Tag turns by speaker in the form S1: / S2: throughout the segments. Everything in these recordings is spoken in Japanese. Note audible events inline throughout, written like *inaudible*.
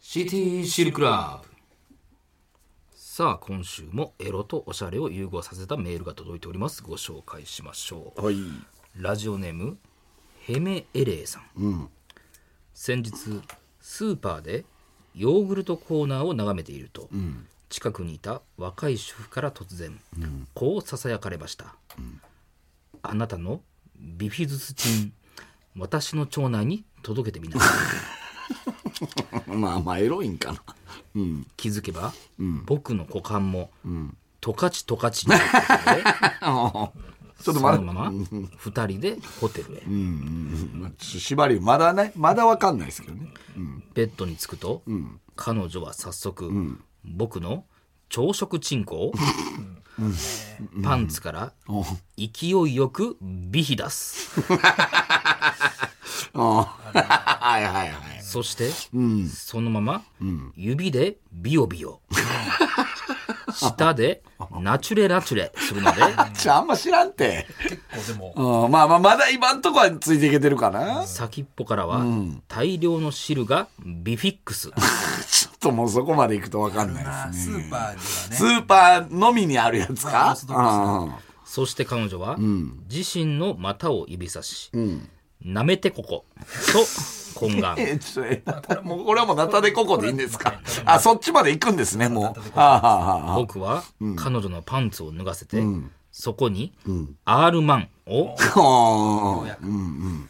S1: シティシルクラブさあ今週もエロとおしゃれを融合させたメールが届いておりますご紹介しましょう
S2: はい。
S1: ラジオネームヘメエレーさん、先日スーパーでヨーグルトコーナーを眺めていると、近くにいた若い主婦から突然、こうささやかれました、あなたのビフィズス菌私の腸内に届けてみな
S2: *laughs* まあまあエロいんかな。
S1: 気づけば、僕の股間も、トカチトカチになっていたので
S2: ちょっと
S1: そ
S2: ま
S1: の
S2: だ、
S1: まま2人でホテルへ、
S2: まあちょ縛りまだね、まだわかんないですけど
S3: *laughs*
S2: ね。
S1: ベッドに着くと、彼女は早速、僕の朝食チンコを、パンツから勢いよくビヒ出す、
S2: はいはいはい。
S1: そして、そのまま、指でビヨビヨ舌でナチュレナチュレするので
S2: ちょ、あんま知らんて。
S3: でも
S2: うんまあまあ、まだ今んとこはついていけてるかな。
S1: 先っぽからは大量の汁がビフィッ
S2: *laughs*
S1: ク
S2: ち
S1: ス、
S2: ょっともうそこまで行くとわかんないですね。
S3: スーパーにはね
S2: スーパーのみにあるやつか
S1: そして彼女は、自身の股を指さし、舐めてここと懇願
S2: うんえ、ちょっとえ *laughs* なた、もうこれはもうナタデココでいいんです
S3: *laughs*
S2: かあ、そっちまで行くんですね、もう。 *laughs* ああ、
S1: 僕は彼女のパンツを脱がせて、そこに、アールマンを
S2: あ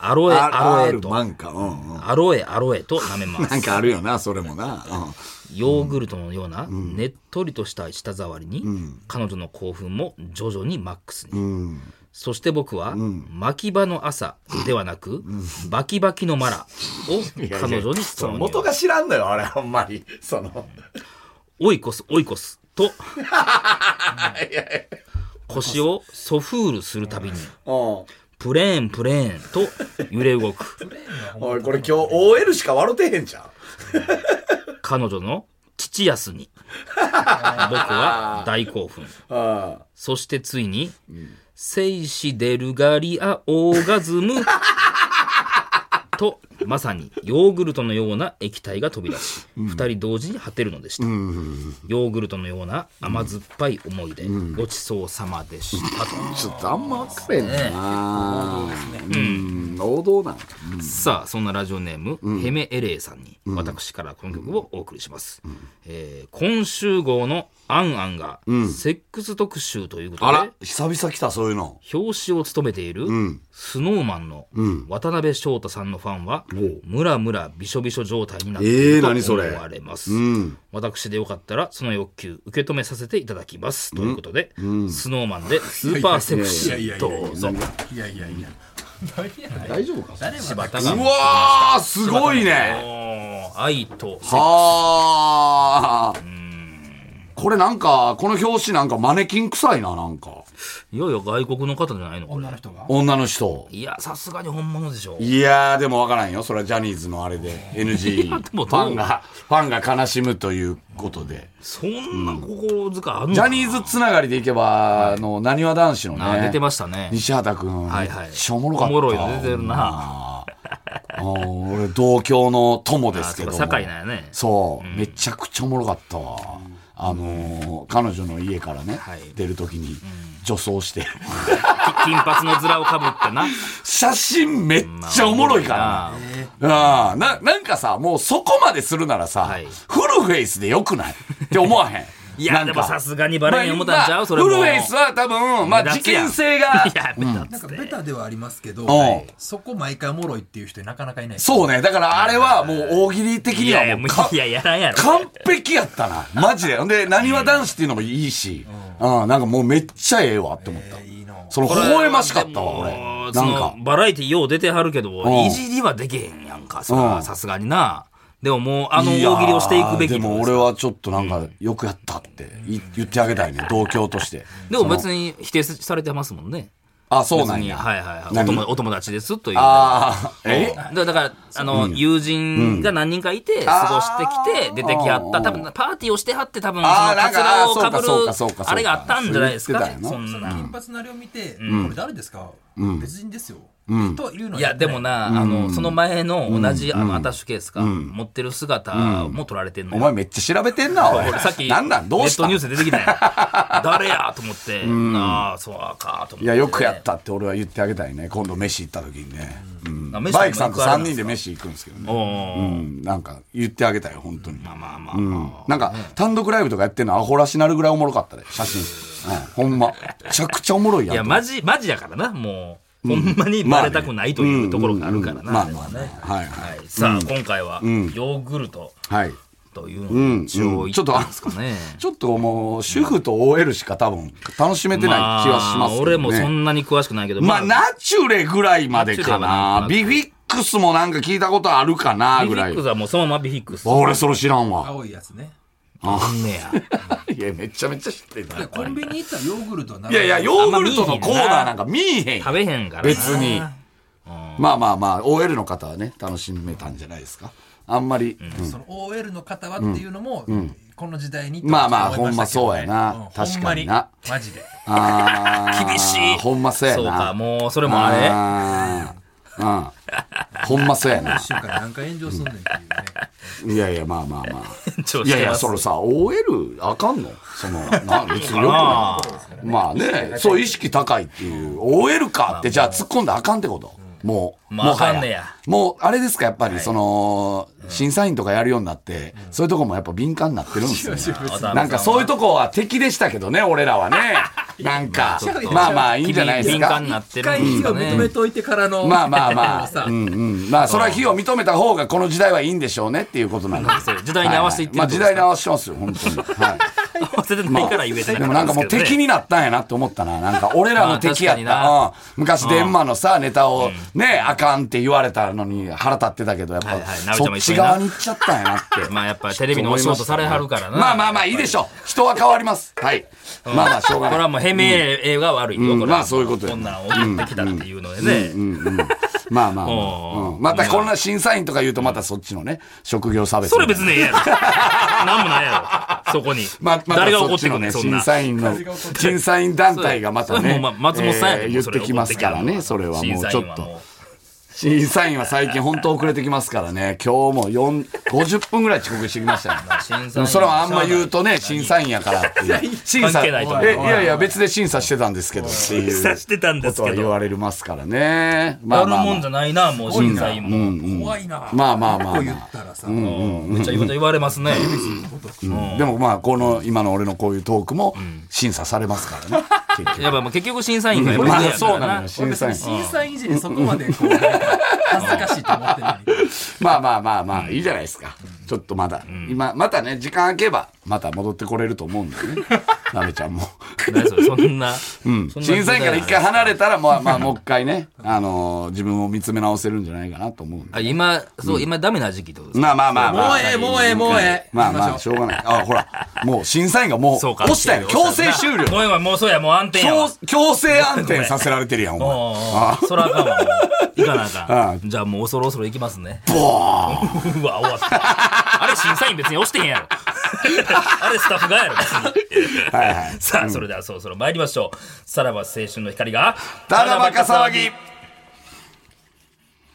S2: あ。
S1: アロエア
S2: あ
S1: ロエ
S2: る
S1: と、
S2: マンか。うん *laughs* うん
S1: アロエアロエと舐めま
S2: *laughs* なん
S1: す。
S2: かあるよな、それもな。うん
S1: ヨーグルトのようなねっとりとした舌触りに、彼女の興奮も徐々にマックスに。そして僕は、巻き場の朝ではなく、バキバキのマラを彼女に
S2: その
S1: 投入
S2: 元。が知らんのよ、あれ、ほんまに。その、
S1: 追い越す追い越す
S2: *laughs*
S1: と腰をソフールするたびに
S2: うん。
S1: プレーンプレーンと揺れ動く
S2: おい、これ今日 OL しか笑てへんじゃん。
S1: 彼女の父安に僕は大興奮
S2: あ
S1: そしてついに「生死デルガリアオーガズム」 *laughs* とまさにヨーグルトのような液体が飛び出し、二人同時に果てるのでした、ヨーグルトのような甘酸っぱい思い出、ごちそうさまでしたと、
S2: あ。ちょっとあんま分かれんな。うん。王道なんか。
S1: さあそんなラジオネーム、ヘメエレイさんに私からこの曲をお送りします、えー今週号の「アンアンがセックス特集ということ
S2: あ
S1: で、
S2: ら、久々来た、そういうの。
S1: 表紙を務めている、スノーマンの渡辺翔太さんのファンは、ムラムラびしょびしょ状態になってい
S2: え
S1: る
S2: ー
S1: と
S2: 何それ
S1: 思われます、私でよかったらその欲求受け止めさせていただきます、ということで、スノーマン
S2: *laughs*
S1: でスーパーセクシ
S3: い
S1: ー
S3: やいやいやいや
S1: どうぞ
S3: いやいやいや
S2: 大丈夫か
S3: 誰も
S1: 柴田
S2: う
S1: が
S2: わー、すごいね。
S1: おー愛とセックス
S2: はあ。これなんか、この表紙なんかマネキン臭いな、なんか。
S1: いやいや、外国の方じゃないのこれ。
S3: 女の人が
S2: 女の人。
S1: いや、さすがに本物でしょ。
S2: いやー、でもわからんよ。それはジャニーズのあれで
S1: *laughs*
S2: NG。
S1: でもどう
S2: ファンが、ファンが悲しむということで。
S1: そんな心遣いあんの
S2: ジャニーズつながりでいけば、あの、なにわ男子の
S1: あ、
S2: ね。
S1: 出てましたね。
S2: 西畑くん。
S1: はいはい
S2: めっちゃおもろかった。
S1: おもろいの出てるな。
S2: *laughs* あー。あー俺、同郷の友ですけども。
S1: 酒井なんやね。
S2: そう、めちゃくちゃおもろかったわ。あのー彼女の家からね、
S1: はい
S2: 出るときに女装して、
S1: き金髪の面をかぶってな。
S2: 写真めっちゃおもろいからな。ああな、なんかさ、もうそこまでするならさ、
S1: はい
S2: フルフェイスでよくないって思わへん。
S1: *laughs* い
S2: な
S1: や
S2: んか
S1: でもさすがにバレんよ思ったんちゃうそれも
S2: フルフェイスは多分、まあ
S1: 目
S2: 事
S1: 立つやん
S2: 件性が
S1: *laughs* い、や、めた
S3: な
S1: っ
S3: ん
S1: つ
S3: か
S1: って。
S3: ベタではありますけど、
S2: ん
S3: そこ毎回おもろいっていう人なかなかいない
S2: そうね、だからあれはもう大喜利的
S1: い
S2: に
S1: やいや、
S2: は
S1: も
S2: も
S1: う
S2: うか
S1: いや、やらんやろ。
S2: 完璧やったな。マジで。ほんで、なにわ男子っていうのもいいし、うん、なんかもうめっちゃええわって思った。
S3: いいの
S2: その微笑ましかったわ、俺。なん
S1: その
S2: か。
S1: バラエティよう出てはるけ
S2: ん
S1: ど、いじりはできへんやんか、それ
S2: う
S1: は
S2: ん
S1: さすがにな。でももう、あの
S2: いやー
S1: 大喜利をしていくべき
S2: で
S1: ってこと
S2: も
S1: です
S2: 俺はちょっとなんか、よくやったってい言ってあげたいね、同郷として。
S1: でも
S2: に。
S1: 別に否定されてますもんね。
S2: あ、そう
S1: 別
S2: なん
S1: に
S2: や。
S1: はいはいはい。お
S2: 何
S1: 友お友達ですという。
S2: ああ、え
S1: だだから、あの、友人が何人かいて、過ごしてきて、出てきはった。多分、パーティーをしてはって、多分、その、
S2: あーな
S1: カ
S2: ん
S1: ツ
S2: か
S1: ラを
S2: そう
S1: かぶ
S2: か
S1: る
S2: そうかそうかそう、か
S1: あれがあったんじゃないですか
S2: そう言っ。てた
S1: そ
S2: よ
S1: んな。
S3: 金髪のあれを見て、これ誰ですか、別人ですよというのはい
S1: やでもな、あのその前の同じ、あのアタッシュケースか、持ってる姿も撮られてんの
S2: お
S1: よ、
S2: 前めっちゃ調べてんな、おい
S1: 俺さっ
S2: *laughs*
S1: き
S2: なんなんどうした
S1: ネットニュースで出てきた
S2: *laughs*
S1: んや誰やと思って、ああそうかと思って
S2: いや、よくやったって俺は言ってあげたいね。今度飯行った時にね。うん
S1: あ飯
S2: バイクさんと
S1: 行くあ
S2: 3
S1: れなん
S2: 人
S1: ですか
S2: で飯行くんですけど
S1: お
S2: ね。う
S1: ー
S2: ん、なんか言ってあげたよ、本当に。
S1: まあまあまあ、
S2: なんか、単独ライブとかやってんのアホらしなるぐらいおもろかったで、写真。うん、ほんま。めちゃくちゃおもろいやん。
S1: いやマジマジやからなもう、ほんまにバレたくないというところがあるからな、
S2: まあ
S1: あれは
S2: まあまあ
S1: ね
S2: はいは
S1: はい、さあ、今回は、ヨーグルト
S2: い。はい。
S1: というのを一応
S2: うん
S1: 言ったんですかね、
S2: ちょっともう、主婦と OL しか多分、楽しめてない気はしますけど、ね。
S1: 俺もそんなに詳しくないけど、
S2: まあ、ナチュレぐらいまでかな。
S1: ナチュレはなんとなく
S2: ビフィックスもなんか聞いたことあるかな、
S1: ビ
S2: ぐ
S1: フィ
S2: らい
S1: ック。スはもうそのままビフィックス。
S2: 俺、それ知らん
S1: *laughs*
S2: わ。
S3: 青いやつね
S1: あんねや。
S2: いや、めちゃめちゃ知ってんな。
S3: でコンビニ行ったらヨーグルトはない
S2: やいや、ヨーグルトのコーナーなんか見えへん。
S1: 食べへんからな。
S2: 別に。まあまあまあ、OL の方はね、楽しめたんじゃないですか。あんまり。うん
S3: その OL の方はっていうのも、この時代に
S2: まあまあ
S3: と思いしたけどね
S2: ほんまそうやな確かにな
S3: ほんまにマジで
S2: あー
S1: 厳しい
S2: ほんまそうやな。
S1: そうか、もうそれもあれ。
S2: あーうん。ほんまそうやな
S3: 一。週間何回炎上すんねんっていうね
S2: いやいや、まあ
S1: *laughs*
S2: まあま
S1: ち
S2: あ。
S1: ょ
S2: いやいや、それさ、OL あかんのその、
S1: *laughs*
S2: な、別によく
S1: あ
S2: ないまあね、そう、意識高いっていう、OL かって、じゃあ突っ込んだらあかんってこともう、
S1: まあ
S2: もは
S1: あかんねや
S2: もう、あれですか、やっぱり、その、審査員とかやるようになって、そういうとこもやっぱ敏感になってるん
S1: *laughs*
S2: ですよね。なんかそういう
S1: と
S2: とこは敵でしたけどね、俺らはね。
S1: *laughs*
S2: なんか
S3: ちょっ、と
S2: まあまあいいんじゃないです
S1: 敏感
S2: か
S1: に。なってる
S3: 一回
S1: ん
S3: 火
S1: か
S3: を認め
S1: ね。
S3: ておいてからの
S2: まあまあまあ
S1: *laughs*
S3: さ、
S2: うんうん。まあ、それは非を認めた方がこの時代はいいんでしょうねっていうことなんで。
S1: そう時代に合わせていって
S2: は
S1: る
S2: い
S1: って
S2: まあ、時代
S1: ことです
S2: に
S1: か
S2: 合わせてますよ、本
S1: *laughs*
S2: 当に。はい。
S1: 合わせてないから言えて
S2: で
S1: なか
S2: も
S1: った
S2: なんん
S1: で
S2: かも
S1: すけ
S2: う
S1: どね
S2: 敵になったんやなって思ったな。なんか俺らの敵やった。
S1: まあ確かにな
S2: うん昔、電話のさ、ネタをね、あかんって言われたのに腹立ってたけど、やっ
S1: はいはい
S2: ぱ、
S1: なべちゃん
S2: そ
S1: も
S2: っ
S1: 一緒
S2: ち
S1: にな
S2: 側に行っちゃったんやなって。
S1: まあやっぱテレビのお仕事されはるからな。
S2: まあまあまあいいでしょう。人は変わります。はい。まあまあしょうが
S1: これ
S2: な。
S1: はいもう、へめえが悪いよ。
S2: うん
S1: これは
S2: まあそういうことや
S1: こんなん送ってきたっていうのでね。
S2: *laughs* まあまあまあ、
S1: うん
S2: うんまたこんな審査員とか言うとまたそっちのね、職業差別。
S1: それ別にええやろ。なんもないやろ。そこに。
S2: ま、ま
S1: 誰
S2: た
S1: が怒
S2: そっち
S1: ってく
S2: の
S1: んね
S2: ね、
S1: ん、そんな
S2: 審。査員の、審査員団体がまた
S1: それ
S2: ね、
S1: もま松本さんや
S2: え
S1: で
S2: ー
S1: も
S2: 言っ
S1: そ
S2: て
S1: れ
S2: きますからね、それはも
S1: 審
S2: う
S1: 査
S2: ちょ
S1: 員は
S2: っ
S1: も
S2: と
S1: う。
S2: 審査員は最近本当遅れてきますからね、今日も4 50分ぐらい遅刻してきました
S1: *laughs*
S2: よ。
S1: 審
S2: で
S1: 査
S2: も
S1: 員
S2: それはあんま言うとね、審査員やからっていう。審査、
S1: 関
S2: えい
S1: 係ないと思う
S2: やいや、別で審査してたんですけどっていう。
S1: 審査してたんですけ
S2: ことは
S1: ど
S2: 言われますからね。ま
S1: あ
S2: あ
S1: る
S2: まあ
S1: もんじゃないな、もう審査員も。
S3: *laughs* 怖いな
S2: まあまあまあまあ
S3: こう言ったらさ、
S1: めっちゃいいこと言われますね。
S2: まあ。でもまあ、この今の俺のこういうトークも審査されますからね。 *laughs* 結局
S1: やっぱもう結局審査員がやっぱ
S2: ま
S1: り
S2: あ
S1: ね
S2: そうなのよ、審
S3: 俺別
S2: 査
S3: に
S2: 員。
S3: 審査員時にそこまでこうなんか恥ずかしいと思ってない
S2: まあまあまあまあ、いいじゃないですか。ちょっとまだ。今、またね、時間空けば、また戻ってこれると思うんだよね。なめちゃんも。
S1: 何それそ
S2: *laughs*
S1: んな。そんな
S2: 審査員から一回離れたら、まあまあ、もう一回ね、あのー自分を見つめ直せるんじゃないかなと思うんで。
S1: あ今、そう、今ダメな時期ってことですか
S2: まあまあまあまあ。
S3: もうええもうええもうええ
S2: まあまあ、しょうがない。あ、ほら、もう審査員がもう、
S1: そうか。
S2: 落ちたよ。強制終了。
S1: もう今、もうそうや、もう安定やわ。
S2: 強強制暗転させられてるやん、お前。
S1: おうおうそらあかんわ。もういかなあかん。じゃあもう恐ろ恐ろいきますね。うわ、終わった。あれ審査員別に押してへんやろ。 *laughs* あれスタッフがやろ、別に。
S2: はいはい。
S1: さあ、それではそろそろ参りましょう。さらば青春の光が、
S2: ただバカ騒ぎ。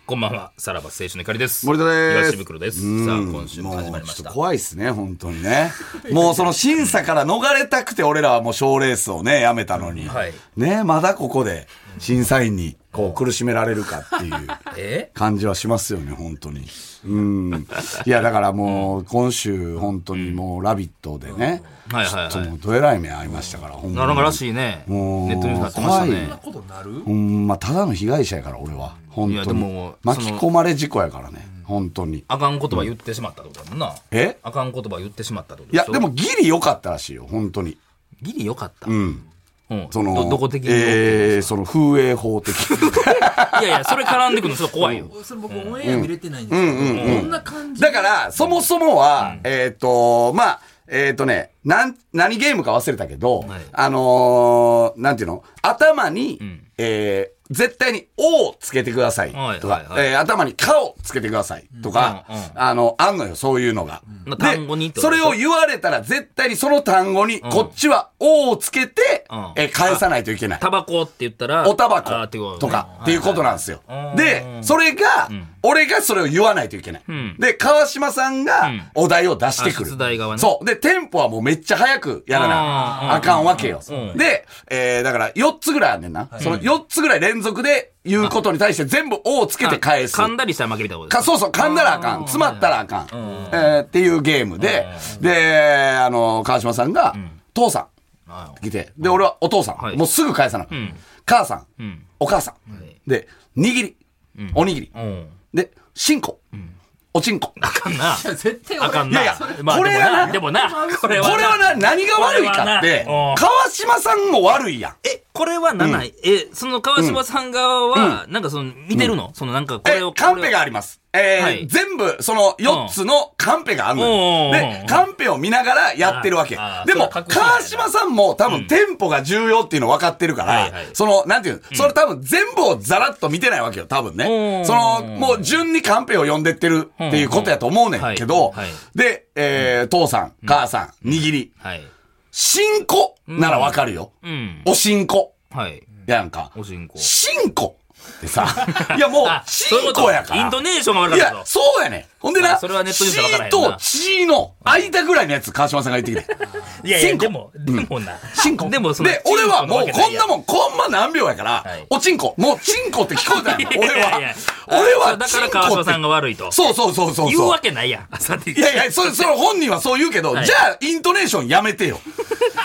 S1: こんばんは、さらば青春の光です。
S2: 森田です
S1: 東袋です。さあ、今週も
S2: もう
S1: 始まり
S2: ちょ
S1: ま
S2: っ
S1: し
S2: と
S1: た。
S2: 怖いですね、本当にね。
S1: *laughs*
S2: もうその審査から逃れたくて、俺らはもう賞ーレースをね、やめたのに。
S1: はい
S2: ね、まだここで審査員にこう苦しめられるかっていう
S1: *laughs* え
S2: 感じはしますよね、本当に。うん。いや、だからもう、今週、本当にもう、ラビットでね、
S1: はいはい
S2: ちょっと
S1: は
S2: もうどえらい目合いましたから、ほん
S1: い。
S2: ま
S1: な
S2: に
S1: んからしいね。ネ
S2: もう
S1: ットニュースになってました
S2: 怖い
S1: ね
S3: そんな。ことなる
S2: ほんま、ただの被害者やから、俺は。本
S1: いや
S2: 当
S1: で
S2: に
S1: も。
S2: 巻き込まれ事故やからね、本当に。
S1: あかん言葉言ってしまったってことだもんな。
S2: え
S1: あかん言葉言ってしまったってこと
S2: い
S1: でし
S2: や、
S1: ょ
S2: でも、ギリ良かったらしいよ、本当に。
S1: ギリ良かった。うん。
S2: その、
S1: どどこ的に、
S2: えーその風営法
S1: *laughs*
S2: 的。
S1: いやいや、それ絡んでくるの、ちょっと怖いよ。
S3: それ僕オンエア見れてないんですけど、こんな感じ
S2: だから、そもそもは、えっ、と、まあ、えっ、とね、なん、何ゲームか忘れたけど、
S1: はい
S2: あのーなんていうの頭に、
S1: ん
S2: えー絶対に「お」をつけてくださいとか、
S1: はいはいはい
S2: えー頭に「か」をつけてくださいとか、
S1: うんうん
S2: あの、あんのよ、そういうのが。
S1: まあ
S2: で
S1: 単語にってこと
S2: そ
S1: でし
S2: れ
S1: ょ
S2: を言われたら絶対にその単語に、こっちは「お」をつけて、
S1: うん
S2: えー返さないといけない。
S1: タバコって言ったら
S2: おタバ
S1: あーっ
S2: コ
S1: てこと
S2: かっていうことなんですよ
S1: はい。
S2: で、それが、俺がそれを言わないといけない
S1: ん。
S2: で、川島さんが
S1: ん
S2: お題を出してく
S1: あ
S2: る
S1: 出題側。ね
S2: そう。で、テンポはもうめっちゃ早くやら
S1: あー
S2: なあかんわけよ
S1: う。ん
S2: で、えーだから4つぐらいあんねんな。その4つぐらい連続で言うことに対して全部「お」をつけて返す。
S1: 噛んだりしたら負けみたいなこと
S2: か
S1: です
S2: そうそう噛んだらあかん詰まったらあかん、えーっていうゲームで、であの川島さんが「父さん」
S1: あ
S2: 来て、で、俺はお父さん、
S1: はい
S2: もうすぐ返さなく、母さん,、
S1: ん
S2: お母さん、で、握り、おにぎり、
S1: かうん
S2: で、しんこ、おちんこ。
S1: あかんな
S3: 絶対
S1: あかん
S2: い
S1: な
S2: やいや
S1: まあ
S2: これがな
S1: でもなでもなこれ
S2: これはな、何が悪いかって
S1: これはなうん、
S2: 川島さんも悪いやん。
S1: えこれは7位えその川島さん側はなんかその見てるのそのなんかこ
S2: え
S1: れを、
S2: カンペが
S1: こ
S2: あります。えー
S1: はい
S2: 全部、その4つのカンペがあるの
S1: う
S2: よ。
S1: ん
S2: で、カンペを見ながらやってるわけ
S1: ああ。
S2: で
S1: それ
S2: も、
S1: は確信ないな
S2: 川島さんも多分テンポが重要っていうの分かってるか
S1: はい
S2: ら
S1: はい、
S2: その、なんていうの、それ多分全部をザラッと見てないわけよ、多分
S1: う
S2: ね。
S1: ん
S2: その、もう順にカンペを読んでってるっていうことやと思うねんけど
S1: うんはいはい、
S2: で、えー父さん、母さん、握り、
S1: れはい
S2: 新子なら分かるよ。
S1: うん
S2: お新子
S1: はい
S2: やんか。
S1: おしんこ
S2: 新子って
S1: *laughs*
S2: さ、いやもう、
S1: あ
S2: 新
S1: そういうこと
S2: 子やから。
S1: イントネーションが悪か
S2: い
S1: った
S2: や、
S1: と
S2: そうやねん。ほんでな、
S1: あそれはネットニュースは分からへんな
S2: シーとチーの間ぐらいのやつ、川島さんが
S1: *laughs*
S2: 言ってきて。
S1: いやいやでもでもな
S2: チンコ。
S1: でもその
S2: で、俺はもう
S1: チンコ
S2: こ
S1: のわけなんい
S2: なもん、コンマ何秒やから
S1: はい、
S2: おチンコ、もうチンコって聞こえたんやん、俺
S1: *laughs* いやい
S2: は
S1: や。
S2: 俺は
S1: だ
S2: チ
S1: か
S2: ンコ
S1: ら
S2: って。
S1: 川島さんが悪いと
S2: そうそうそうそう。
S1: 言う
S2: そう
S1: わけないやん朝で
S2: いやいや、それ、それ本人はそう言うけど、
S1: はい
S2: じゃあ、イントネーションやめてよ。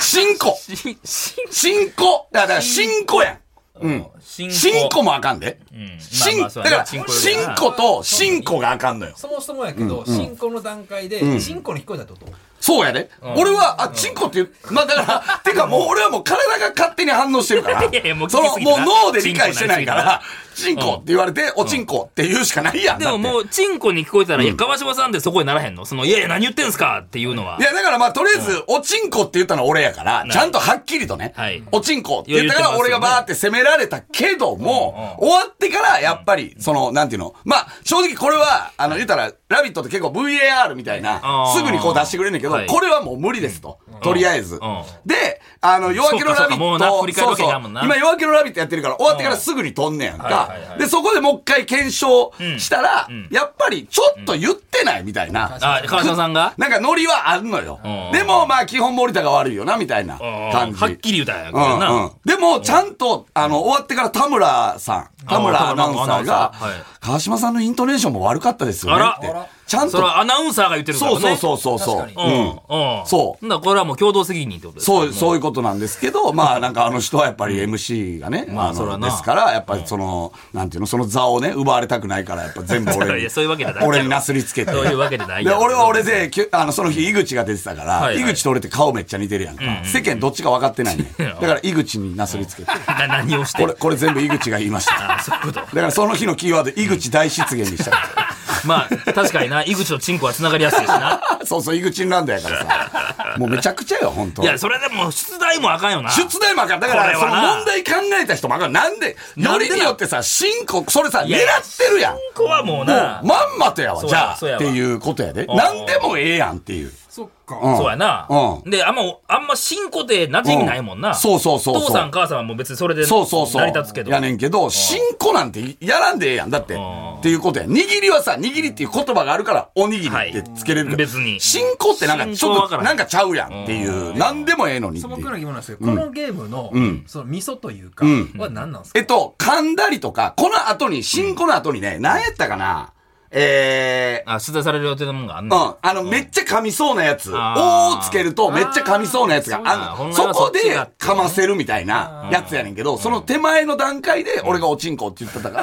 S2: チンコ。
S1: しし
S2: チンコ。だから、チンコやん。うん。
S1: 新
S2: チンコもあかんで。
S1: ん
S2: チン
S1: まあま
S2: だ
S1: あそ
S2: か
S1: うやな
S2: ら、チ
S1: チ
S2: ン
S1: ン
S2: コ
S1: コ
S2: とチンコがあかんのよ。
S3: そもそもやけど、進行の段階で、進行に聞こえたってこと
S2: そうやで。俺は、あ、チンコって言う、まあだから、 *laughs* てかもう俺はもう体が勝手に反応してるから、
S1: いやいやもう
S2: その、
S1: 聞きすぎ
S2: もう
S1: たな
S2: 脳で理解してないから、チンコって言われて、おチンコって言うしかないやん。
S1: でも
S2: だって
S1: もう、チンコに聞こえたら、いや、川島さんってそこにならへんのその、いやいや、何言ってんすかっていうのは。
S2: いや、だからまあ、とりあえず、おちんこって言ったのは俺やから、ちゃんとはっきりとね
S1: はい、
S2: おちんこって言ったから俺がバーって責められたけども、終わってから、やっぱり、その、なんていうの、まあ、正直これは、あの、言ったら、ラビットって結構 VAR みたいな
S1: あ、ー
S2: すぐにこう出してくれるんだけど、
S1: はい
S2: これはもう無理ですと。とりあえず
S1: んうん。
S2: で、あの、夜明けの
S1: そう
S2: ラ
S1: かそ
S2: ビ
S1: うか
S2: ッ
S1: もうな
S2: ト
S1: 振り返るわけだもんな
S2: 今夜明けのラビットやってるから、終わってからすぐに撮んねやんか
S1: はいはいは。い
S2: で、そこでもう一回検証したら、やっぱりちょっと言ってないみたいな。
S1: あ、川島さんが
S2: なんかノリはあるのよ
S1: う。ん
S2: でもまあ基本森田が悪いよな、みたいな
S1: う
S2: 感
S1: ん
S2: じ。
S1: はっきり言うたんやけ
S2: う
S1: ど
S2: んうん
S1: な。
S2: でも、ちゃんと、あの、終わってから田村さん、田村アナウンサーが
S1: 田村アナウンサーはい、
S2: 川島さんのイントネーションも悪かったですよねっ
S1: あ
S2: て
S1: ら。
S2: ちゃん
S1: それ
S2: と、
S1: はアナウンサーが言ってるから
S2: そ
S1: ね。
S2: うそうそうそうそ
S3: 確
S2: う。
S1: う
S3: か
S1: ん。
S2: うん。
S1: うん。
S2: そう
S1: だからこれはもう共同責任ってことですよ。
S2: そう、そういうことなんですけど、まあなんかあの人はやっぱり MC がね、
S1: まあ
S2: あ
S1: そら
S2: の、
S1: な
S2: ですから、やっぱりその、なんていうの、その座をね、奪われたくないから、やっぱ全部
S1: *laughs* いや
S2: 俺
S1: い
S2: に
S1: や、そういうわけじゃない。
S2: 俺になすりつけて。
S1: そういうわけじゃない
S2: で、
S1: やん
S2: 俺は俺で、きゅあの、その日、井口が出てたから、
S1: はいはい
S2: 井口と俺って顔めっちゃ似てるやんか。世間どっちか分かってないね。
S1: *laughs*
S2: だから、井口になすりつけて。
S1: な *laughs* 何をして
S2: こ
S1: る
S2: れ、これ全部井口が言いました。
S1: *laughs* あ、そういうこと。
S2: だから、その日のキーワード、井口大失言にした。
S1: *laughs* まあ、確かにな、井口とチンコは繋がりやすいしな。
S2: そうそう、井口なんだやからさ。もうめちゃくちゃよ、本当
S1: いや、それでも、出題もあかんよな。
S2: 出題もあかん。だから、そ
S1: これ
S2: の
S1: はな
S2: 問題考えた人もあかん。なんで、
S1: な
S2: よ
S1: んで
S2: り
S1: な
S2: によってさ、深刻、それさ、狙っ
S1: や
S2: てるやん。
S1: チンコはもうな、
S2: まんまとやわ、
S1: そう
S2: じ
S1: や
S2: ゃあ、っ
S1: そうやわ
S2: ていうことやで。なんでもええやんっていう。
S3: そっか。
S2: ん
S1: そうやな。
S2: う
S1: で、あんま、あんま、新子で馴染みないもん
S2: う
S1: な。
S2: んそうそうそうそう
S1: 父さん、母さんはもう別にそれで
S2: そうそうそう。
S1: 成り立つけど。
S2: やねんけど、新子なんてやらんでええやん。だって。っていうことや。握りはさ、握りっていう言葉があるから、おにぎりってつけれるけど。
S1: はい別に
S2: 新子ってなんかち
S1: 新子
S2: ょ
S1: わ
S2: っ
S1: か
S2: と、
S1: らん
S2: なんかちゃうやんっていう。なんでもええのにっ
S3: 素
S2: てい
S3: 朴
S2: う。
S3: な疑問なんですけど、このゲームの、その味噌というか、は何なんですか
S2: えっと、噛んだりとか、この後に、新子の後にね、何やったかなえー、
S1: あ、取材される予定のもんがあん
S2: う
S1: ねん
S2: ん。あの、めっちゃ噛みそうなやつ。お
S1: あー
S2: ーをつけると、めっちゃ噛みそうなやつがあ
S1: そう
S2: る
S1: な
S2: そ
S1: ん本来は
S2: こ
S1: そっち
S2: で
S1: がって
S2: 噛ませるみたいなやつやねんけど、その手前の段階で、俺がおちんこって言ってた
S1: *laughs*
S2: か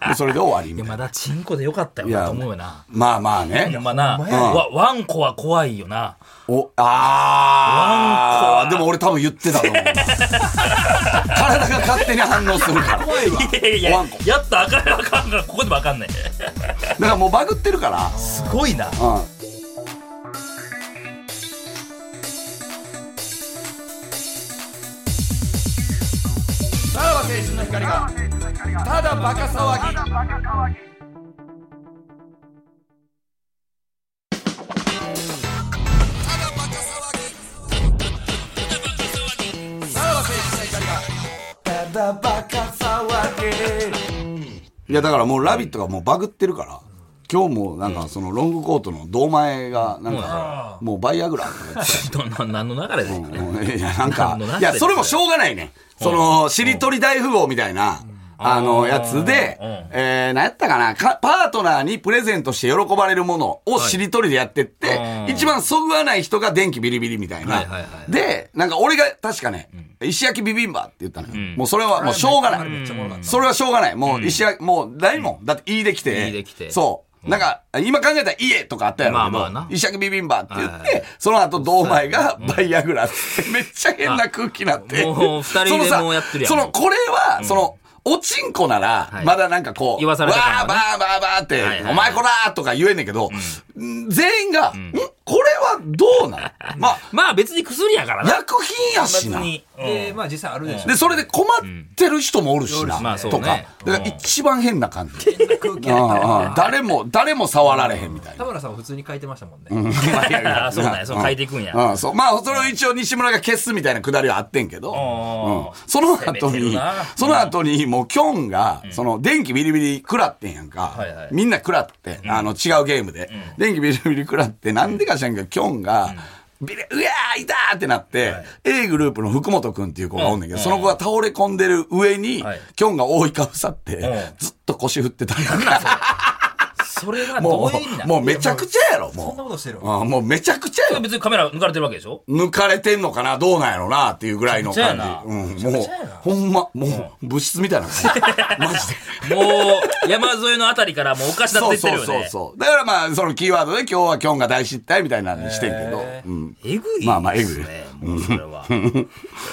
S2: ら、もうそれで終わりみ
S1: い
S2: た
S1: や、
S2: いな
S1: ま。だチンコでよかったよ
S2: いや
S1: なと思うよな。
S2: まあまあ
S1: いや、
S2: ね。
S1: まあな、
S3: ほんまや
S1: わ、ワンコは怖いよな。
S2: お、あー。でも俺多分言ってたと *laughs* 思う。体が勝手に反応するから。
S1: いやいや
S2: おわんこ
S1: やったらあかんあかんから、ここでもあかんねん。
S2: だからもうバグってるから。
S1: すごいな。
S2: うん。
S3: さらば青
S2: 春の光がただバカ騒ぎいやだからもう「ラビット!」がもうバグってるから今日もなんかそのロングコートの堂前がなんかもうバイアグラとか言って
S1: *laughs* どんな何の流れですかね。
S2: うんいや、なんか
S1: 何の流れ、
S2: いや、それもしょうがないね。その、しりとり大富豪みたいな、あの、やつで
S1: うん、
S2: えー、なんやったかなかパートナーにプレゼントして喜ばれるものをしりとりでやってって、
S1: うん
S2: 一番そぐわない人が電気ビリビリみたい
S1: はいはいは
S2: な。
S1: い
S2: で、なんか俺が確かね、石焼きビビンバって言ったのよ。
S1: ん
S2: もうそれはもうしょうがな
S3: めっちゃおもろかっ
S2: い。
S3: た
S2: それはしょうがない。もう石焼き、もうないもん。だっていいできて。
S1: いいできて
S2: そう。なんか、今考えたら家とかあったやろうけど。
S1: まあまあな
S2: 石焼きビビンバって言っ
S1: はい
S2: て、その後堂前がバイアグラって、めっちゃ変な空気になって。
S1: あもう二人で
S2: そのさ
S1: もうやってるやん
S2: その、これは、その、おちんこなら
S1: は、い
S2: まだなんかこう、
S1: 言わされた感は
S2: わー
S1: ね
S2: ばーばーばーっ
S1: はいはい
S2: て、
S1: はい
S2: お前こらーとか言えんねんけど、ん全員が、んこれはどうなのまあ、
S1: まあ別に薬やからな。
S2: 薬品やし
S1: 別
S2: な。
S1: に。
S3: で、まあ実際あるでしょ。
S2: で、それで困ってる人もおるしな、
S1: うんまあそう
S2: とか
S1: ね。
S2: だから一番変な感
S1: *laughs*
S2: じ。
S3: 変な空気
S2: うん
S3: やね
S2: うん誰も、誰も触られへんみたい
S3: 田
S2: な。
S3: 村さんは普通に書いてましたもんね。
S1: *laughs* ああ、そうなんや。そう変えていくんや。
S2: うん、そう。まあ、それを一応西村が消すみたいなくだりはあってんけど、
S1: あー
S2: うん、その後
S1: 攻めてる
S2: に
S1: な、
S2: その後に、もう、キョンが、その、電気ビリビリ食らってんやんか。
S1: はいはい
S2: みんな食らって、あの、違うゲームで。電気ビリビリ食らって、なんでか知らんけど、キョンが、ビリ、うわー、いたーってなって、A グループの福本くんっていう子がおんねんけど、その子が倒れ込んでる上に、
S1: はい
S2: キョンが覆いかぶさって、
S1: ん
S2: ずっと腰振ってたんやん
S1: な
S2: か。
S1: んそれそれがど
S2: も
S1: ういう意味な
S2: う、
S1: の
S2: もうめちゃくちゃやろ、もう。
S3: そんなことしてる
S2: あもうめちゃくちゃやろ。
S1: 別にカメラ抜かれてるわけでしょ
S2: 抜かれてんのかなどうなんやろなっていうぐらいの感
S1: めちゃく
S2: じ。
S1: ち
S2: う
S1: ゃ
S2: ん、もう、ほんま、もう、物質みたいな感じ。
S1: *laughs*
S2: マジで。
S1: もう、山沿いのあたりからもうおかしなっ
S2: そ
S1: て
S2: う
S1: ってる
S2: そ
S1: よ
S2: うそう
S1: ね。
S2: そう。だからまあ、そのキーワードで今日はキョンが大失態みたいなのにしてんけど、うん。
S1: えぐいですね。
S2: まあまあえぐい
S1: もうそれは。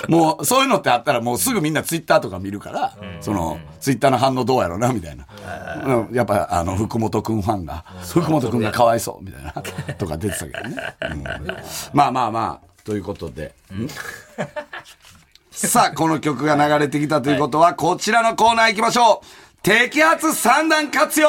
S2: もう、そういうのってあったらもうすぐみんなツイッターとか見るから、その、ツイッターの反応どうやろうなみたいな。うんやっぱ、あの、福本くんファンが、福本くんがかわいそうみたいな、とか出てたけ
S1: *laughs*
S2: どね。うんまあまあまあ、ということで。さあ、この曲が流れてきたということは、こちらのコーナー行きましょう。摘発三段活用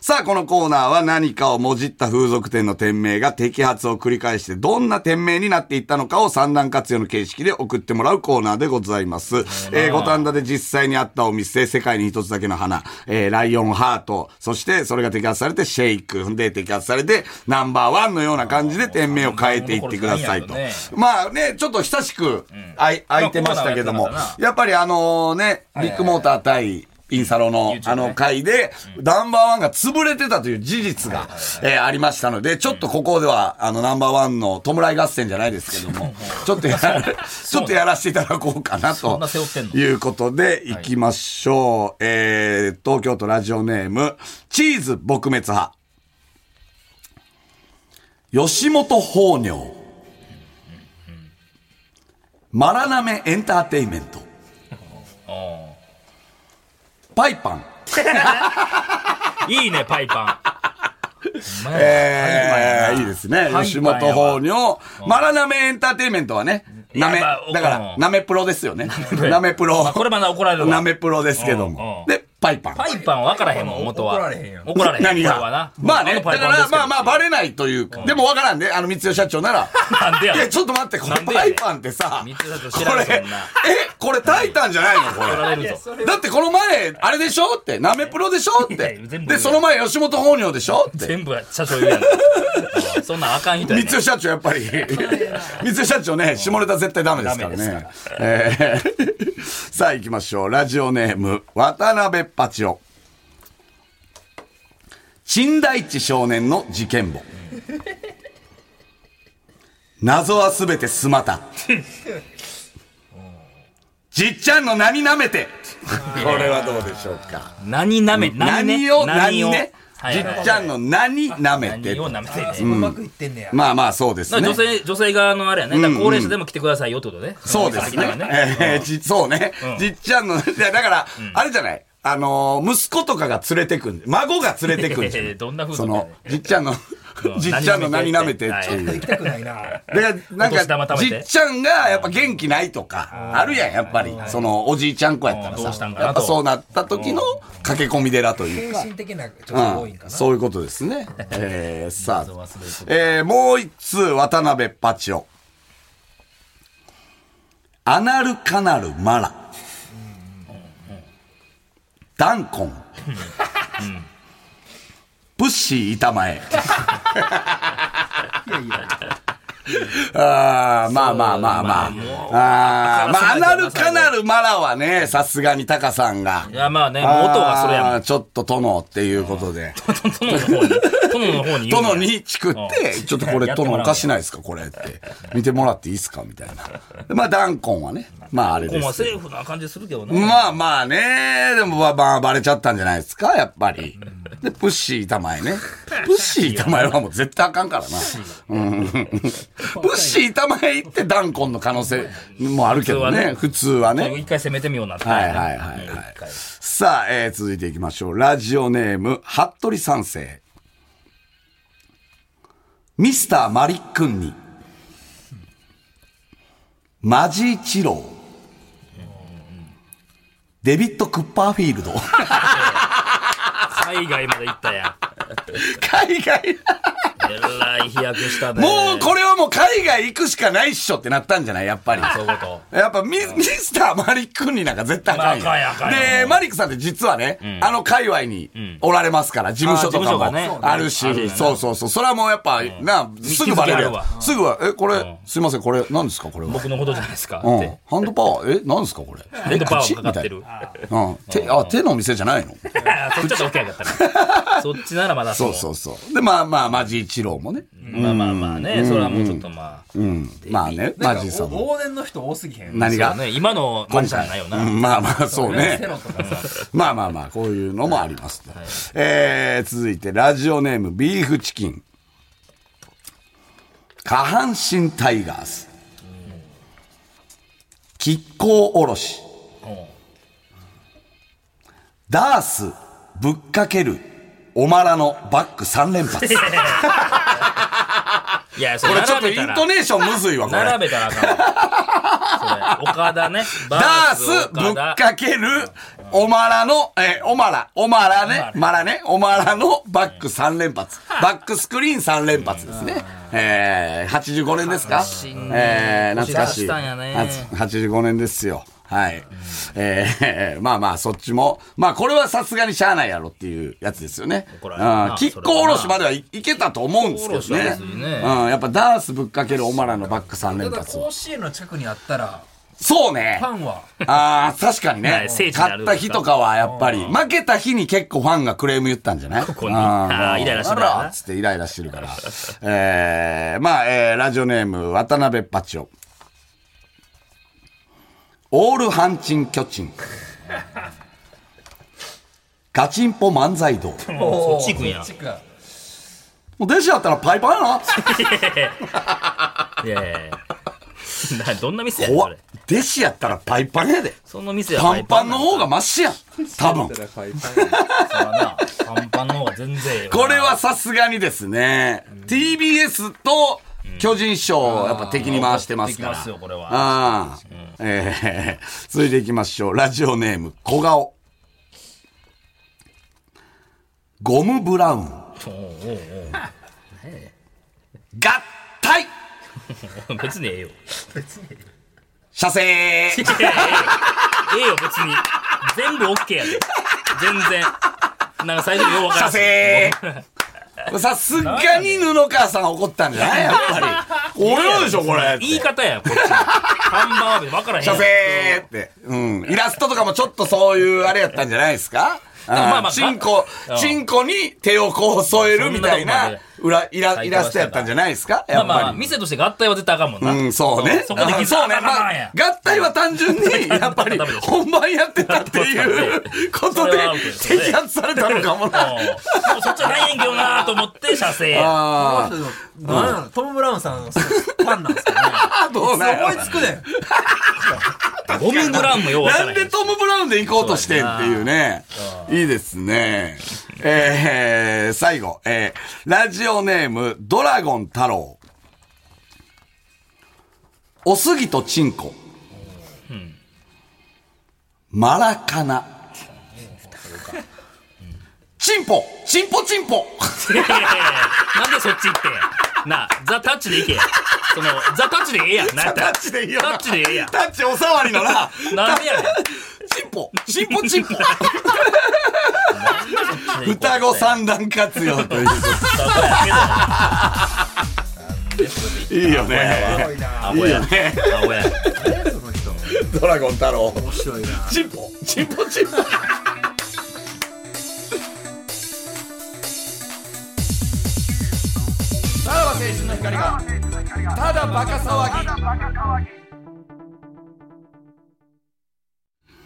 S2: さあ、このコーナーは何かをもじった風俗店の店名が摘発を繰り返して、どんな店名になっていったのかを三段活用の形式で送ってもらうコーナーでございます。えー、五反田で実際にあったお店、世界に一つだけの花、えー、ライオンハート、そしてそれが摘発されて、シェイク、で摘発されて、ナンバーワンのような感じで店名を変えていってくださいと。 *laughs* まあね、ちょっと久しく、あい、空いてましたけども
S1: まあコロナがやってなかっ、
S2: やっぱりあのね、ビッグモーター対インサロの
S1: YouTube ね
S2: あの回で、ナンバーワンが潰れてたという事実が、えーありましたので、ちょっとここでは、あの、ナンバーワンの弔い合戦じゃないですけども、ちょっとやら、ちょっとやらせていただこうかなと
S1: んな背負ってんの
S2: いうことで、いきましょう。えー、東京都ラジオネーム、チーズ撲滅派。吉本放尿。マラナメエンターテイメント。パイパン。
S1: いいね、パイパン。ほんまや
S2: えー、いいですね。
S1: パンやわ
S2: 吉本放尿。マラナメエンターテイメントはね、なめ、
S1: やっぱ
S2: だから、
S1: うん
S2: なめプロですよね。なめプロ。
S1: まあこれまだ怒られるわ
S2: なめプロですけども。
S1: うん
S2: で、パイパン。
S1: パイパン分からへんもん、元は。
S3: 怒られへんよ
S1: 怒られへん。
S2: 何
S1: これはな
S2: が。まあね、
S1: の
S2: だ
S1: パ
S2: か
S1: イパンで
S2: ら
S1: すけど
S2: まあまあバレないというか、でもわからんね、あの、三代社長なら。
S1: なんでや
S2: い
S1: ねん
S2: や、ちょっと待って、こ
S1: なん
S2: の
S1: でや
S2: パ
S1: ね
S2: イ
S1: ん
S2: パンってさ、
S1: 三代社長知ら
S2: こ
S1: ん
S2: れ、え
S1: よそんな、
S2: これタイタンじゃないのこれ。
S1: 怒られるぞ。
S2: だってこの前、あれでしょって、なめプロでしょっ
S1: いやい
S2: て
S1: や。全部
S2: で、その前、吉本放尿でしょって。
S1: 全部社長言うやん。うんそんなんあかん人や
S2: 三
S1: ねん
S2: 代社長やっ
S1: *laughs*
S2: ぱり、三代社長ね、下ネタ絶対ダメですから
S1: ダメ
S2: ね。えー *laughs* さあ行きましょう。ラジオネーム、渡辺パチオ。陳大地少年の事件簿。謎はすべてすま
S1: *laughs*
S2: た。じっちゃんの何舐めて。これはどうでしょうか。
S1: 何なめ、
S2: 何
S1: ね
S2: を、何ね。
S1: はい
S2: じ
S1: はい
S2: っちゃんの何舐めて
S1: 何。をなめてんねん
S3: そこうまくいってんねや。
S2: まあまあ、そうですね。
S1: だから女性、女性側のあれやね。だから高齢者でも来てくださいよってことね。
S2: そうですね
S1: 先には。
S2: えーじそうね。じっちゃんの、いや、だから、あれじゃない。あのー息子とかが連れてくんで、孫が連れてくんで
S1: *laughs* えーどんな風
S2: そ
S1: 俗や
S2: の
S1: ね、
S2: じっちゃんの、 *laughs* じっちゃんの何舐めてっていう。
S3: 行きたくないな。
S2: だからなん
S1: お年玉
S2: か、
S1: 貯
S2: じ
S1: めて
S2: っちゃんがやっぱ元気ないとか、あるやん、やっぱり。その、おじいちゃん子やった
S1: うんど
S2: ら
S1: うした
S2: さ
S1: ん、かなと
S2: やっぱそうなった時の駆け込み寺という
S3: 精
S2: か。
S3: 神的な、ちょっと多
S2: う
S3: いんか
S2: ん、
S3: な。
S2: そういうことですね。えー、さ
S1: 謎
S2: あ
S1: 忘れて、
S2: えー、もう一通、渡辺パチオ。アナルカナルマラ。ダンコン。プッシー板前。ああ、まあまあまあまあ。あ
S1: そうまあもう
S2: あー、まあ、アナルカナルマラはね、さすがにタカさんが。
S1: いやまあねもう音がそれやもん
S2: あーちょっと殿っていうことで。
S1: 殿の方に殿の方に言う
S2: 殿
S1: んや
S2: にチクって、
S1: うん
S2: ちょっとこれ
S1: やって
S2: 殿
S1: もらう
S2: お
S1: んや
S2: かしないですかこれって。見てもらっていいですかみたいな。でまあ、ダンコンはね。まあ、あれ
S1: ここ
S2: で
S1: も
S2: すけ
S1: セ
S2: ど。
S1: ーフな感じするけどな
S2: まあまあね、でもまあまあバレちゃったんじゃないですかやっぱり。で、プッシー板前ね。プッシー板前はもう絶対あかんからな。うんプッシー板前行ってダンコンの可能性もあるけどね。普
S1: 普
S2: 通はね。
S1: 一回攻めてみようなって
S2: はいはいはい
S1: うん
S2: はい
S1: 一回。
S2: さあ、えー続いていきましょう。ラジオネーム、服部三世。ミスターマリックンに、マジーチロー、デビッド・クッパーフィールド。
S1: 海外まで行ったやん
S2: 海外、
S1: えらい飛躍したね
S2: もうこれはもう海外行くしかないっしょってなったんじゃないやっぱり。
S1: そういうこと
S2: やっぱミミスターマリックンになんか絶対あかんよ
S1: まああかんやあかんや
S2: で、マリックさんって実はね、あの界隈におられますから、事務所とか
S1: あ事務所
S2: も
S1: がね
S2: あるし、
S1: あるよね
S2: そうそうそう。それはもうやっぱ、な、すぐバレるや
S1: 見つけられるわ
S2: ん。すぐは、え、これ、すいません、これ、何ですかこれは。
S1: 僕のことじゃないですか
S2: う
S1: っ
S2: ん
S1: て。
S2: ハンドパワー、え、何ですかこれ。
S1: ハンドパワーも
S2: え
S1: かかってる。
S2: 口みたいなうん。手、あ、手のお店じゃないの
S1: そっちだと OK やったねそっちならまだ
S2: そうそうそう。で、まあまあ、マジ一郎もね。
S1: まあまあまあねそれはもうちょっとまあ
S2: うん。まあね、
S3: な
S2: マ
S3: んか
S2: ジさんも。
S3: お往年の人多すぎへん。
S2: 何
S1: そ
S2: が
S1: うね今のマジじゃないよな
S2: うんまあまあ、そうね
S3: セ。ロとかさ。
S2: まあまあまあ、こういうのもありますね、えー、続いて、ラジオネーム、ビーフチキン。下半身タイガース。亀甲おろし。ダース、ぶっかける、おまらのバック3連
S1: *laughs*
S2: 発。こ
S1: いやそれ
S2: れちょっ
S1: 並
S2: と
S1: べ
S2: イ
S1: た
S2: ン
S1: ら
S2: トネーションむずいわ、これ。
S1: 並べたらあかんわそれ岡田ねバ
S2: ダース、ぶっかける、おまらの、えー、おまら、おまらね、まらね、おまらのバック3連発。バックスクリーン3連発ですね。えー、85年ですか
S1: しいね
S2: えー、懐かしい。
S1: 押し出したんやね
S2: はち85年ですよ。はい。えー、ま *laughs* あまあ、そっちも。まあ、これはさすがにしゃあないやろっていうやつですよね。う
S1: 怒
S2: ん
S1: られるな。
S2: キッコおろしまではいいけたと思うんですけど
S1: 亀甲おろしは
S2: ね。
S1: 別
S2: う
S1: に
S2: ん、
S1: ね
S2: やっぱダースぶっかけるおまらのバック3連
S3: ただ
S2: 発は
S3: 甲。子園の近くにあったら、
S2: そうね
S3: フ。ァンは、
S2: ああ、確かに
S1: は
S2: ね
S1: い。聖地にな
S2: 勝
S1: る
S2: った日とかはやっぱり、負けた日に結構ファンがクレーム言ったんじゃないこ
S1: こにあーイライラしてるからな
S2: つってイライラしてるから。えー、まあ、えー、ラジオネーム、渡辺パチオ。オールハンチン巨人。ガチンポ漫才道。
S1: もうそっち行くんや
S3: そっちか
S2: もう弟子だったらパイパンやな。
S1: *laughs* いやいや
S2: *laughs*
S1: いやなどんな店やねんそ
S2: 怖っ
S1: れ。
S2: 弟子やったらパイパンやで。
S1: その店や
S2: パンパンの方がマシやん。多分。
S1: そうやなパンパンの方が全然ええよな
S2: これはさすがにですね、TBS と巨人賞をやっぱ敵に回してますから。
S1: うん持ってきますよこれは
S2: ああ、えー続いていきましょう。ラジオネーム、小顔。ゴムブラウン。
S1: おうおうおう
S2: 合体
S1: *laughs* 別にええよ。
S2: 射
S1: *laughs*
S2: 精
S1: ええよ、別に。全部 OK やで。全然。なんか最初にようわから
S2: 射
S1: ん *laughs*
S2: 精さすがに布川さん怒ったんじゃないやっぱり。俺のでしょ、これ。って
S1: 言い方や、こっち。看板は別にわからへんや
S2: 射
S1: ん。
S2: 精って。うん。イラストとかもちょっとそういうあれやったんじゃないですか
S1: まあ
S2: あ
S1: ま
S2: あ、
S1: あ
S2: チンコ
S1: うん、
S2: チンコに手をこう添えるみたい
S1: そん
S2: な
S1: なとこ
S2: 裏イラ
S1: 最
S2: イ
S1: 高でした
S2: ラストやったんじゃないですか
S1: ま
S2: や
S1: あ
S2: っ
S1: まあ、
S2: ぱり。
S1: 店として合体は絶対あかんもんな。
S2: うん、そうね。
S1: そこで
S2: あ
S1: 傷
S2: そうね。
S1: あかんあ
S2: ま
S1: かんや
S2: あ
S1: ん、
S2: 合体は単純に、やっぱり、
S1: *laughs* ダメでしょ
S2: 本番やってたっていうことで
S1: それはあるけど、ね
S2: 摘発されたのかもな。
S1: うんでもそっちはないねんけどなと思って、射精。
S2: あ
S3: あの人でもなんやろトム・ブラウンさん、パパンなんですかね。
S2: ど
S3: *laughs*
S2: うなんやろ
S3: 思いつくねん。
S1: ゴムブラウンもようわか
S2: な
S1: ら
S2: ん
S1: へ
S2: で
S1: ん
S2: トム・ブラウンで行こうとしてんっていうね。いいですね。えー、最後、えー、ラジオネーム、ドラゴン太郎。おすぎとちんこ。マラカナ。チンポチンポチンポ
S1: *laughs* いやいやいやなんでそっち行ってんやなあザ・タッチで行けやそのザ・タッチでええやんなんやっ
S2: タ
S1: たら
S2: ッチでいいよ
S1: タ
S2: な。
S1: ッチでええやん
S2: タッチおさわりのな。
S1: なんでやねん
S2: チンポチンポチンポ *laughs* 双子三段活用という。いいよね。
S1: アホやアホや
S3: その人。
S2: ドラゴン太郎。
S3: 面白いな。
S2: チンポチンポチンポ。さらば青春の光がただバカ騒ぎ。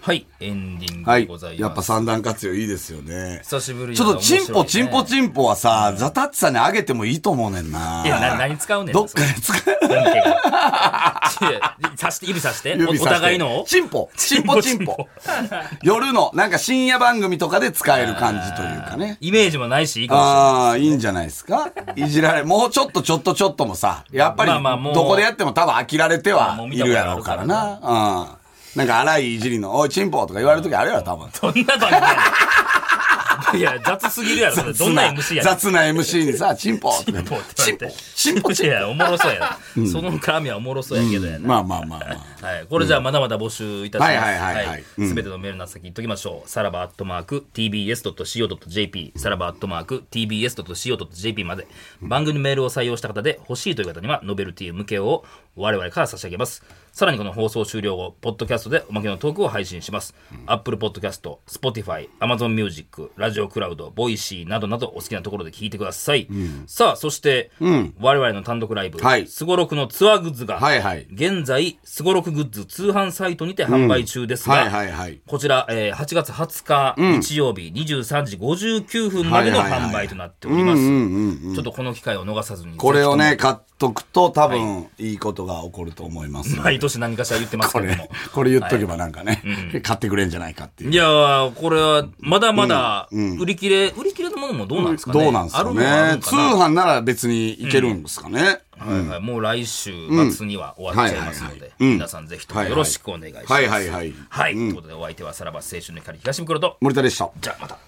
S1: はいエンディング
S2: は
S1: で
S2: い
S1: ございま。す、
S2: やっぱ三段活用いいですよね。
S1: 久しぶり
S2: ちょっとチンポチンポ
S1: ン
S2: チンポはさ、ザタッチさんにあげてもいいと思うねんな。
S1: いやな何使うねん
S2: どっかで使
S1: その本家が *laughs* いや指して指さして
S2: う指
S1: お
S2: さして
S1: お互いのを
S2: チンポチンポチンポ。夜の、なんか深夜番組とかで使える感じというかね。
S1: イメージもないしいいかもしれない
S2: ああ、いいんじゃないですかいじられ、もうちょっとちょっとちょっともさ、やっぱり
S1: まあまあも、う
S2: どこでやっても多分飽きられて
S1: あも
S2: は
S1: う見
S2: い
S1: たこ
S2: る
S1: と
S2: や
S1: あ
S2: ろう
S1: る
S2: か
S1: からら
S2: な。うん。なんか荒いいじりの、おいチンポとか言われるときあるやろ、多分。
S1: どんな番組やねんいや、雑すぎるやろ。そ *laughs* れどんな MC やねん
S2: 雑な MC にさ、チンポって
S1: チンポって
S2: チ
S1: 言
S2: ン
S1: われ
S2: ポ
S1: て
S2: チンポチン
S1: いや、おもろそうやな。その絡みはおもろそうやけどや
S2: ポま
S1: な。
S2: あまあまあまあ。
S1: はい。これじゃあ、まだまだ募集いたしま
S2: は
S1: す。
S2: いはいはいはいうん
S1: すべてのメールの先言っときましょう。さらばアットマーク tbs.co.jp、さらばアットマーク tbs.co.jp まで、番組メールを採用した方で欲しいという方には、ノベルティ向けを我々から差し上げます。さらにこの放送終了後、ポッドキャストでおまけのトークを配信します。Apple Podcast、Spotify、Amazon Music、ラジオクラウド、ボイシーなどなどお好きなところで聞いてください。さあ、そして、我々の単独ライブ
S2: はい、
S1: すごろくのツアーグッズが、
S2: はいはい
S1: 現在、すごろくグッズ通販サイトにて販売中ですが、
S2: うんはいはいはい
S1: こちら、えー8月20日、日曜日23時59分までの
S2: はいはいはい
S1: 販売となっております。ちょっとこの機会を逃さずに。
S2: これをね、買っとくと多分いいことが起こると思います。
S1: 毎年何かしら言ってます
S2: こ
S1: けれど
S2: れ
S1: も。、
S2: これ言っとけばなんかね、買ってくれんじゃないかっていう
S1: い。やー、これは、まだまだ、売り切れ、売り切れのものもどうなんですかね。
S2: どうなんです
S1: あ
S2: か
S1: るのはある
S2: ね
S1: ん。
S2: 通
S1: かな
S2: 販なら別にいけるんですかね。
S1: はいはい、もう来週末には終わっちゃいますの
S2: はいはい
S1: で、
S2: はいうん
S1: 皆さんぜひともよろしくお願いします。
S2: はいはいはい
S1: はい、ということでお相手はさらば青春の光東袋と、
S2: 森田でした。
S1: じゃあまた。